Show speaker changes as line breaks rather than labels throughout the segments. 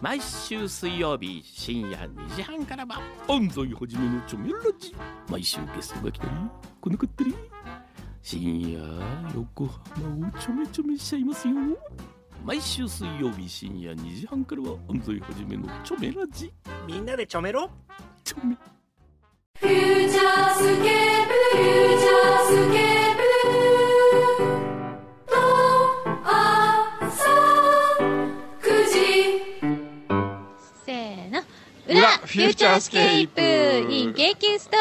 毎週水曜日深夜2時半からは安西はじめのチョメラジ毎週ゲストが来たり来なかったり深夜横浜をちょめちょめしちゃいますよ毎週水曜日深夜2時半からは安西はじめのチョメラジ
みんなでちょめろ
チョメ
フューチャースケープフューチャースケープと朝9時
せーの
裏
裏
フ
フ
ュ
ュ
ー
ー
チ
チ
ャ
ャ
ー
ー
ス
ス
ケ
ケ
ー
ー
プ
プ in 京スト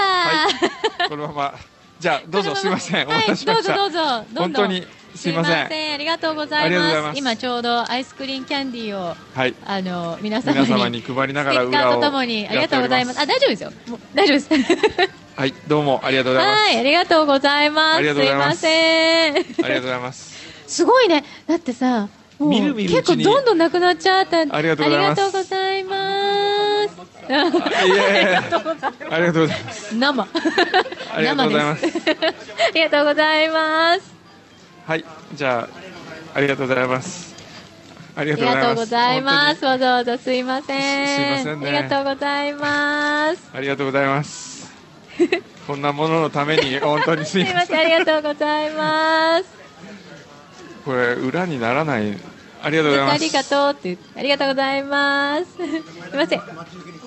ア、
このままじゃあどうぞすい ませんお待たせしま
どう
し
ぞ
た
どうぞどん
本
ど
当
ん
にすいません
ありがとうござ
あ
い
りがとうござい
ま
ます
す今ちょうどアイスクリーンキャンディーを
はい
あの皆様に
皆様に配りな
ス
が
テ
ら
ッカー
裏
と
を
ともにありが
やって
とうご
おり
ざ
ま
いま
す
すあ大丈夫ですよもう大丈夫です
はいどうもありがとうございま
はいありがとうございます
ありがとうございます
すいません
すありがとうございます
すごいねだってさもう
みるみるう
結
ち
構
に
どんどんなくなっちゃったあ
ありがとうございま
あ
す
りがとうございます
いえいえ ありがとうござい ます
生
ありがとうございます
生ですありがとうございます
はいじゃあありがとうございますあり
あ
が
り
とうござい
がとうござい
ます
ますわざわざすいません
すすいませんね
ありがとうございます
本当にありがとうございますこんなもののた めに本当にす
す
い
い
ま
ません
せん
ありがとうございます
これ裏にならないありがとうござい
あ
ます
りがとうって言ってありがとうございますすいません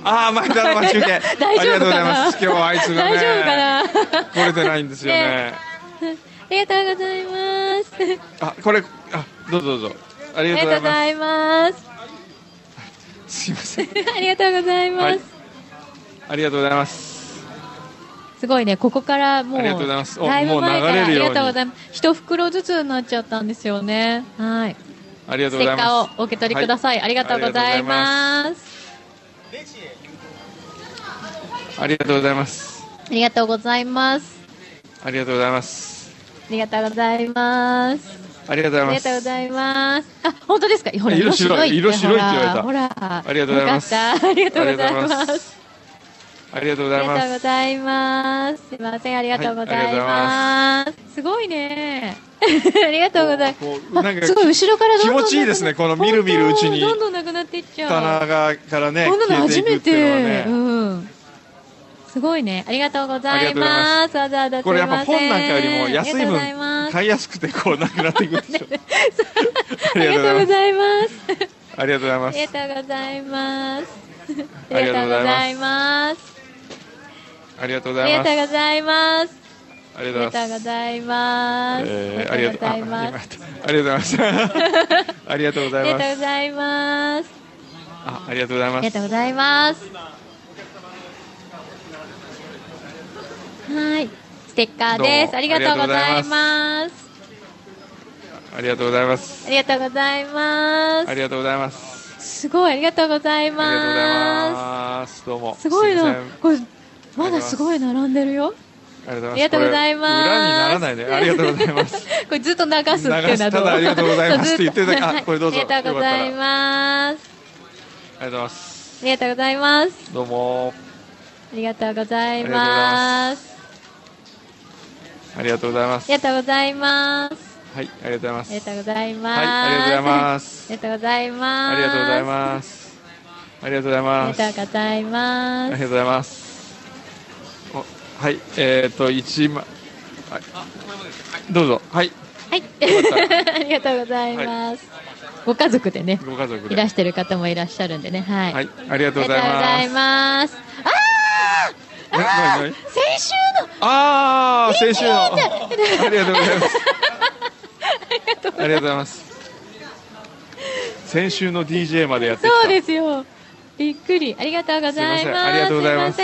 ああ、前田の待ち受け。
大
あり
丈夫
がと
か
うございま
な
す。今日はあいつが
大
ね。
丈夫かな
来れてないんですよね
ね。ありがとうございます
あ、これ、あ、どうぞどうぞ。あり
あ
が
り
とうご
がとうご
ざい
ざいます。
ます。すいません。
ありがとうございます。
はい。ありがとうございます。
すごいね、ここからもう、
ありがとうございますお
だいぶ前から
もう流れるよ
あり
うに
がとうございます。一袋ずつになっちゃったんですよね。はい。
ありがと
ス
うご
テッカ
ざいます。
ーをお受け取りください。ありがとうございます。
ありがとうございます。
ありがとうございます。
ありがとうございます。
ありがとうございます。
ありがとう
ありがと
ございま
うご
す。
ざいます。あ、本当ですか。ほら、
色白い色白いって言われた
ほら、ほら
ありがとうございます
よかったありがとうござい
ありがとうござい
ま。
ますありがとうご
あ
ざい
りが
ま
とうご
す。
ざいます。すいません、ありがとうございます。すごいね。 ありがとうござい
こう
ま
なん
す。
か
あすごい、後ろからどんどんなくな
気持ちいいですねこの見る見るうちに
本当どんどんなくなっていっちゃう。
棚がからね、
こんなの初
消えていく
め
っていう
て。
のはね。
うん。すごいね。ありがとうござ
ありが
い
とうござい
ます。わざわざすいません。
これやっぱ本なんかよりも安い
ありがとうございま
分
す。
買いやすくてこうなくなっていくでしょ。あ
あ
り
り
が
が
とうご
とう
ざい
ご
ます。
ざいます。
ありがとうござい
あ
ます
り。がとうございます。
ありがとうござい
ます。
ありがとうご
あ
ざ
り
い
が
ます。
とうございます。
あり
あり
がとうご
が
ざ
と
いうま
ご
す。
ざいます。
えー
ありがとうございます。ありがとうございます。
ありがとうあありがとうございます。ありがとうございます。あ、ありがとうござい
あ
ま
りがと
す。
うございます。はい、ステッカーで
ど
す。
うも
ありがとうございます。
ありがとうございます。
ありがとうございま
ありがとうございます。
す。すごい、ありがとうござい
ありがとうござい
ま
ます。どうも。
す。すごい
すま
な
せん。
これまだすごい並んでるよ。
あ
ありがとうございます
これ裏にならないね。ありがとうございます。
これずっと流すっていうのはど
流すた
う
だありがとうございますって言ってたけど
そうず
あこれどうぞ
ありがとうございます。
ありがとうございます。
ありがとうございます。
どうも。
ありがとうございます。
ありがとうございま
あ
す。
りがとうございます。
はい、ありがとうござい
あ
ます。
りがとうございます。
はい、ありがとうござい
す。
ます。
ありがとうございます。
ありがとうございます。ありがとう
ありがと
ございます。
うござい
あり
ま
が
す。
とうございます。おはい、えっ、ー、と、一万。はい、どうぞ。はい、
はい、ありがとうございます。ご家族でね、
ご家族
い
で。
らしてる方もいらっしゃるんでね、はい。
はい、ありが
あ
とう
り
ござい
が
ます。
ます。あ
えなになに
ー先週の
ああ、先週の。ありがとうございます。ありがとうございます。先週の DJ までやってきた。
そうですよ。びっくり。ありがとうございます。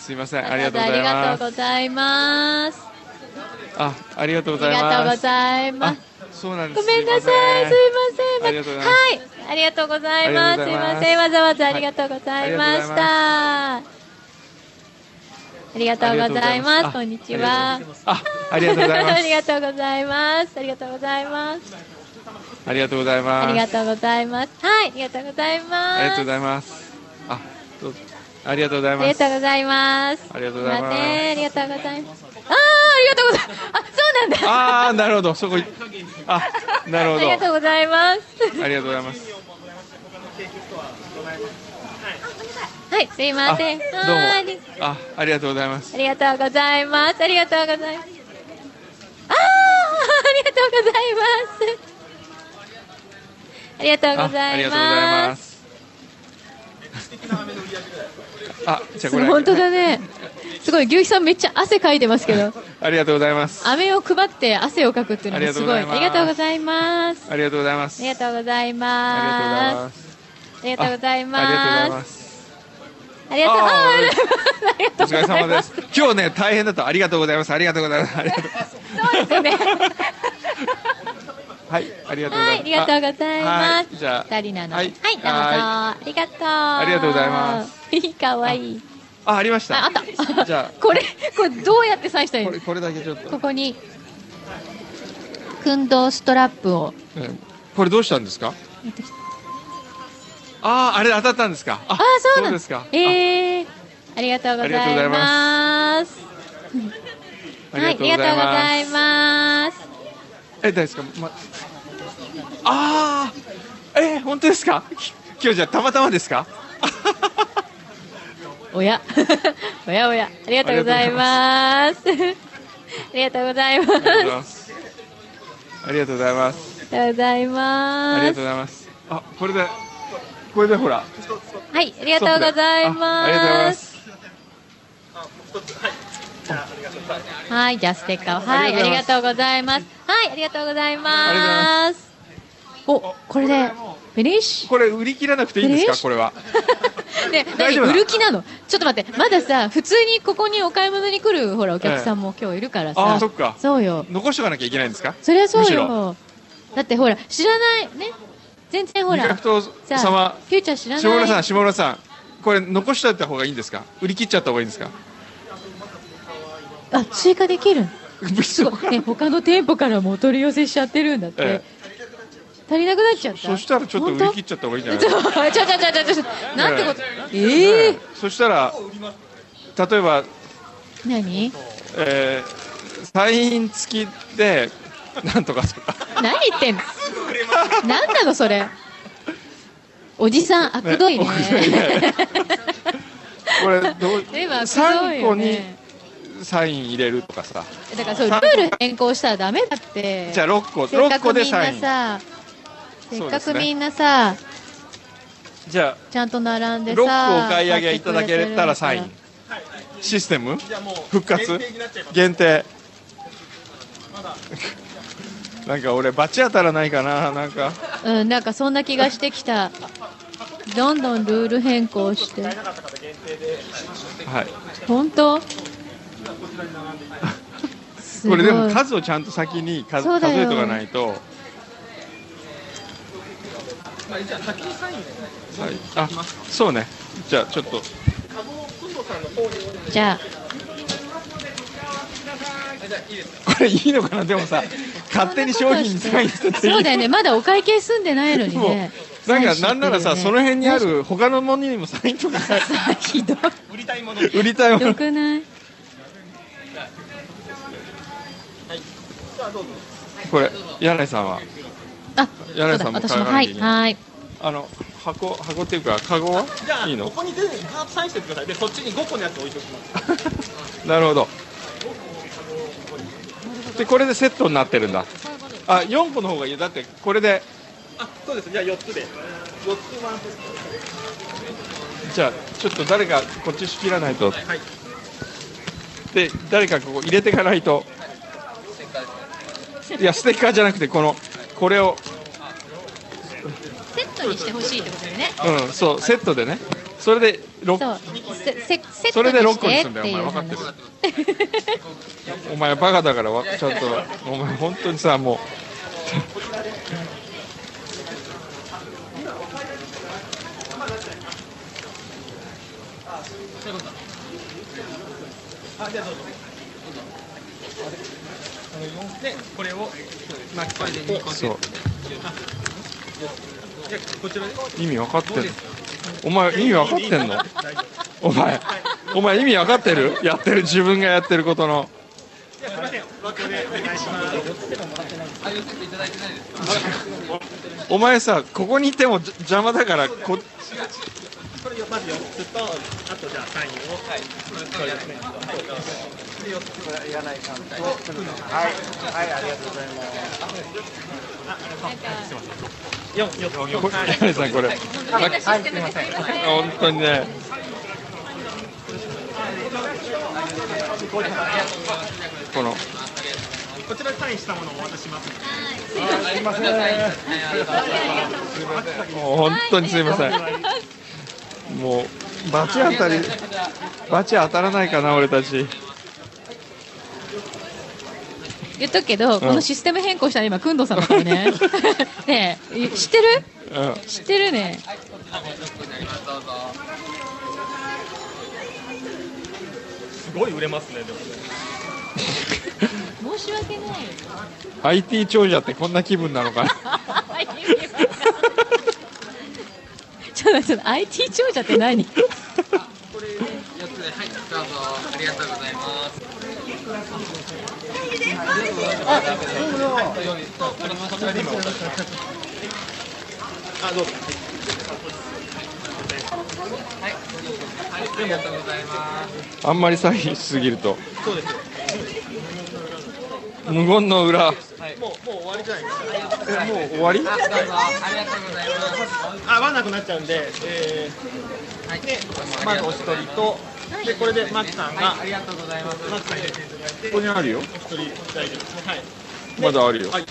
すいませんありがとうご
すいません。
ざいますす。いません、ありがとうござい
ありが
ま
とうご
す。
ざいます。
あ、ありがとうご
あ
ざ
り
います。
がとうございます。
あ、そうなんです。
ごめんなさい、すいません。
ありがとうございま
はい、ありがとうございます。
あ
す
り
い
がとうございます
ません、わざわざありがとうございました。ありがとうございます。こんにちは。
あ、ありがとうございま
あ
す
り。がとうございます。ありがとうございます。
ありがとうございます。
ありがとうございます。はい、ありがとうございます。
ありがとうございます。あ、どうぞありがとうござい
あ
ま
り
す。
がとうございます。
ありがとうござい
す
ます
ませんありがとうございます。あー、ありがとうございます。あ、そうなんだ。
ああ、なるほど、そこい。あ、なるほ
ありがと
ど。
うございます。
ありがとうございます。
はい、すいません。
あ
は
ど
ーいう
も。あ、ありがとうございます
あ。りがとうございます。ありがとうございます。あーありがとうございます。ありがとう
あ、
ござ
あり
い
がとうござい
ま。
ますす。あ、じゃあこれ。
本当だね。すごい、牛肥さんめっちゃ汗かいてますけど、
ありがとうございます。
飴を配って汗をかくっていうのもすごい。あ
あ
り
り
が
が
と
と
う
う
ご
ご
ざいます。
ありがとうございます。
ありがとうござい
ありがとうござい
ま。
ますす。
ありがとうございま。あ
ありがとうございますす。
りがとう。あーあり
お
がと
疲
う
れ
ござい
様で
ますす。。
今日ね、大変だった。ありがとうございます。ありがとうございます。ありがとう
そうですよね。
はい、ありがとうござ
はいい、
ま
あ
す。
りがとうございま
は
す。
じゃあ、
二人なの。は、
はいい
どうぞ。
は
ありがとう。
あ
あ。
りがとうございます
かわいい。
あ、ありました。
あ、あった。
じゃ
これ、これどうやって刺したらいい
あ、こ
の
れ、これだけちょっと。
ここに。訓導ストラップを。
うんこれどうしたんですか。ああ、あれ当たったんですか。あ
あ、そうなん
ですか。
ええー。ありがとうございます。
あ
はい、ありがとうございます。
す。え、大丈夫ですか。まああ、えー、本当ですか。き今日じゃたまたまで すか。
おや。おやおや、ありがとうございます。ありがとうございます。
ありがとうございます。ありがとうご
ありがとうご
ざいます。
ざい
ありが
ま
と
す
うご。ざいます。あ、これで。これでほら。あ
はい、ありがとうございます。
ありがとうございます。
はい、じゃあステッカーを。はい、あり
あり
が
が
と
と
うございます。はい、ありがとうござい
ありがとうござ
ます。お、これで、フィニッシ
これ売り切らなくていいんですか。これは。
ュ。ね、
大
何
丈夫だ
売る気なのちょっと待って、まださ、普通にここにお買い物に来る、ほら、お客さんも今日いるからさ。
あー、そっか。
そうよ。
残しとかなきゃいけないんですか。
そりゃそ
む
う
し
よ
ろ。
だってほら、知らない、ね。全然ほ
味
ら、
覚糖
さ
様。
フューチャー知らない。
下村さん、下村さん、これ残しといた方がいいんですか。売り切っちゃった方がいいんですか。
あ、追加できる。すごいね、他の店舗からもお取り寄せしちゃってるんだって、
え
足りなくなっちゃった
そしたらちょっと売り切っちゃった方がいいんじゃない
ち
です
ょ
か。
ちょちょちょちょちょなんてことえ
え
え
えそしたら例えば、
何
えー、サイン付きでなんとかとか。
何言ってんの何なのそれおじさんあくどいね
ね悪いね これどう
でもあくどい
3
よ
個に
ね
サイン入れるとかさ。
だからそうルール変更したらダメだって
じゃあ6個
せっか
6
く
個で
みん
サ
な
イン。
させ
そ
っ
う
か
です
く
ね
みんなさ、
じゃあ
ちゃんと並んで
6
さ
個お買い上げいただけたらサイン。システム復活限定 なんか俺罰当たらないかななんか
うんなんかそんな気がしてきたどんどんルール変更して
はい
本 当す
こ
ごい
れでも数をちゃんと先に数
そうだ
数
よ
えとかないとはいあそうねじゃあちょっと
じゃ
これいいのかなでもさ勝手に商品にサインして
あ
ていい
そうだよねまだお会計済んでないのに
もう
ね
なんかなんならさ、その辺にあ
る
る他のものにもサインとかさ
ひど
売り たいも
いよ
の
く ない
これ柳井さんは
あ
柳井さんも
そうだ私も
買わな
は
きゃい
い
けない
はい
あの箱箱っていうかカゴ
じゃ
は
あ
いいの
ここに出てカートサインしててくださいでそっちに5個のやつ置いておきます
なるほどでこれでセットになってるんだあ4個の方がいいよだってこれで
あそうですじゃあ4つで4つワンセット
じゃあちょっと誰かこっち仕切らないと
はい
で誰かここ入れていかないといやステッカーじゃなくてこのこれを
セットにしてほしいってことね
うんそうセットでねそれで
そ
6
うせせセッ
そ
トに
れで6
し
個に
て
する
っ
ん
て
だ
い
よお
う
前分か
話
ってるお前バカだからわちゃんとお前本当にさもう
でこれを巻き込んで2個
そう
じゃあこちらで
意味分かってんのお前意味分かってんのお前お前意味分かってるやってる自分がやってることの
じゃあすいませんあ、寄せていただいてないですか
お前さここにいてもじ邪魔だからここ柳さんこれ
はい、すみません。
本当にねこのもう本当にすいませんもうバチ当たりバチ当たらないかな俺たち
言っとくけ ど、このシステム変更したら今、くんどさんだから ね。ねえ、知ってる
うん
知ってるね。
すごい売れますねでも
申し訳 ない。
IT 長者ってこんな気分なのかな
ちょっと待って、IT 長者って 何
これ四つで、はい、どうぞ、ありがとうございます。あ、どうぞ。はい、ありがとうございます。
あんまりサインしすぎると無言の裏もうもう終わりじゃないですかもう終わり
どうぞ、ありがとうございます。
あ合わなくなっちゃうんで、え
はい、
ー、まずお一人とでこれでマキさんが
はい、ありがとうございます。
ここにあるよ
一人大丈夫ですねはい
まだあるよ
はい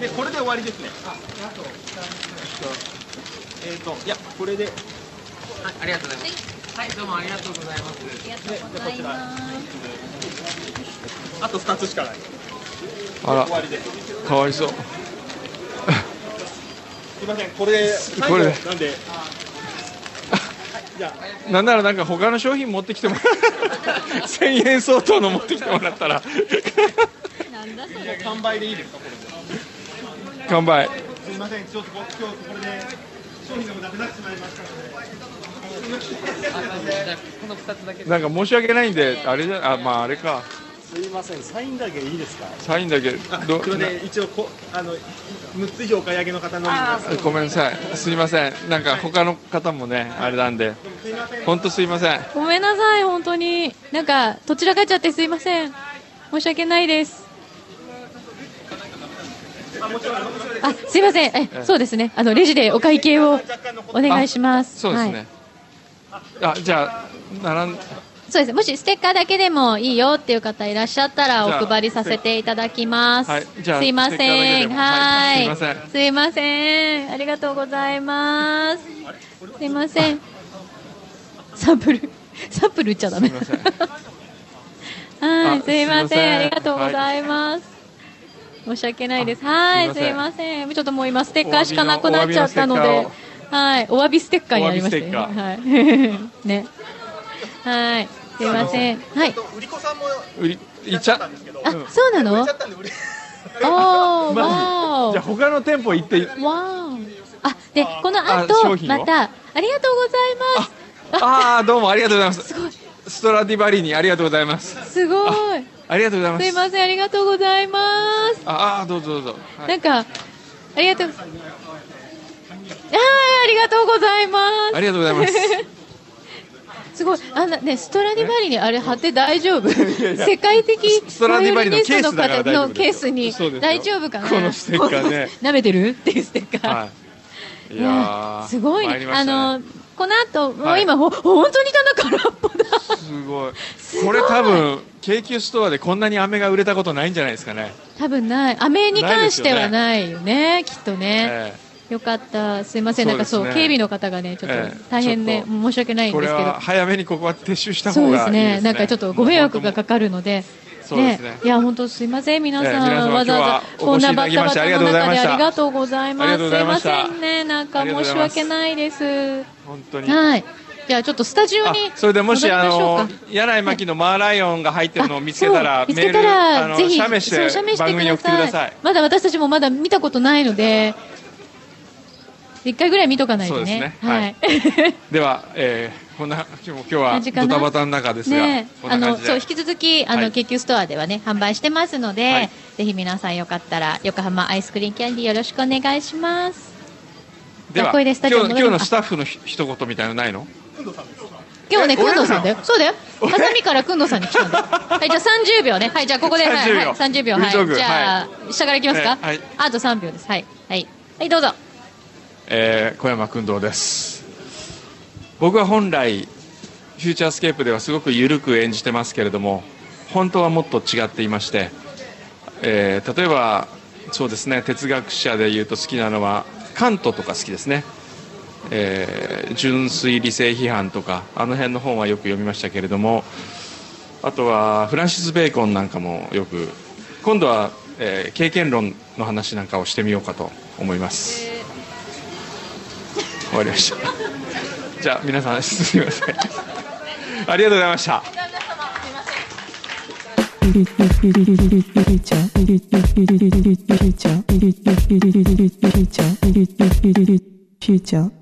でこれで終わりですねえっ、といやこれでで
はい、ありがとうございます。はい、どうもありがとうございます。
でこちらあと二つしかない
あら
終わりです
かわいそう
すいませんこれ最
こ
後
れ
なんでじゃあ
なんならなんか他の商品持ってきてもらう1000円相当の持ってきてもらったら
なんだそれ。
完売でいいですかこれ
乾杯
すいませんちょっと今日これで商品がもうなくなってしまいましたので
じゃあこの二つだけ。
なんか申し訳ないんであれじゃあまああれか
すいません、サインだけいいですか。
サインだけ
あ
ど
すいません一応こあの六つ以上お買い上げの方のみです
なごめんなさいすいませんなんか他の方もねあれなんです
いません
本当すいません
ごめんなさい、本当に。なんか、どちらかっちゃってすいません。申し訳ないです。あ、すいません。え、そうですね。あの、レジでお会計をお願いします。
そうです
はい
ね、あじゃあ並ん
そうです。もしステッカーだけでもいいよっていう方いらっしゃったらお
じゃあ
配りさせていただきます。
はいじゃあ
すいま
ステッカーだけ
せ
で
ん。
も
は
はい
い。
すいません
すいません。ありがとうございます。すいません。サンプル、サンプル売っちゃダメ。
すいません
はい、
あ
すいま
すいませ
せん。
ん
ありがとうございます。申し訳ないです。はい、すいません。ちょっともう今ステッカーしかなくなっちゃったの
お詫びのお詫び
で
のステッカーを。
はい、お詫びステッカーになりましたね。
お詫
はい。ね。はい。すいません。はい。
売り子さんも
売りいっちゃ
あ、そうなの
売っちゃったんで売り
おー、
マジ
わお
じゃあ。他の店舗行って
わお。あ、で、この
あ
後
商、品を
また、ありがとうございます。
ああどうもありがとうございますストラディバリーにありがとうございます
すごい。
ありがとうございます
すいません、ありがとうございます。
ああどうぞどうぞ、はい
なんか、ありがとう。あーありがとうございます。
ありがとうござい ます。
すごい、あんなね、ストラディバリにあれ貼って大丈夫。 世界的
ストラディバリのケースだから大丈夫です
の
よ
ケースに
そうですよ
大丈夫かな。
このステッカ ーね
舐めてるっていうステッカー。
はい
い
いや
や
ー
すごい
参り
ね。
ま
あ
したね
の、この後、も
は
う
い
今、ほ本当に棚空っぽだ。
す
ご
ごい
い
これ多分京急ストアでこんなに飴が売れたことないんじゃないですかね、
多分ない。飴に関してはないよね、きっとね。
え
よかった、すいません、なんかそう、
そうですね
警備の方がね、ちょっ
ええ
と大変
ちょ
ね
っ、と
申し訳な
え
いん
こ
で
れ
すけど
は。早めにここは撤収した
そ
方
うで
がい
す
いですね
ね、なんかちょっとご迷惑がかかるので。
そうですね
いや、本当すいません、皆さん、
ええ皆様
わざわ
今日
ざこんな
はお
バ
越しい
ッ
た
タ
だきま
バ
し
タの
て
中でありがとうござい
あ
ま
りがとう
す。すい
ございま
ま
した
せんね、なん
あ
か
りがとう
申し
ございます
訳ないです。
本当に、
はい、じゃあ、ちょっとスタジオ
あ
に。
それでもしあの
戻りましょうか
柳井真紀のマーライオンが入ってるのを見つけたら
あそう見つけた
メール
ら
あ
ぜ
の
ひ
写メして
そう写メして
番組に送ってください
まだ私たちもまだ見たことないので一回ぐらい見とかないと
そうです
ね
ね。
はい。
では、えーこんな今日は
感じか
ド
な
タバタの中ですが、
ねえ
こん
あ
な
の
感じで
そう引き続きあ
は
の
い
京急ストアではね販売してますので、
はい
ぜひ皆さんよかったら横浜アイスクリーンキャンディーよろしくお願いします。
では
学校でス
今
タ
日
ジオ
の
戻る
今日のスタッフのひ一言みたいなのないの
今日ね
え
くんどうさんだよ。そうだよ。ハサミからくんどうさんに来 たんだよ。はいじゃあ三十秒ね。はいじゃあここではい
30
は
秒
い三十秒は
グッジョブ
いじゃあ、下からいきますか。
はいはい
あと三秒です。はいはいはいどうぞ。
えー小山君堂です僕は本来フューチャースケープではすごく緩く演じてますけれども本当はもっと違っていまして、えー例えばそうですね哲学者でいうと好きなのはカントとか好きですね、えー純粋理性批判とかあの辺の本はよく読みましたけれどもあとはフランシス・ベーコンなんかもよく今度は、えー経験論の話なんかをしてみようかと思います。終わりました。じゃあ皆さんすみません。ありがとうございました。
future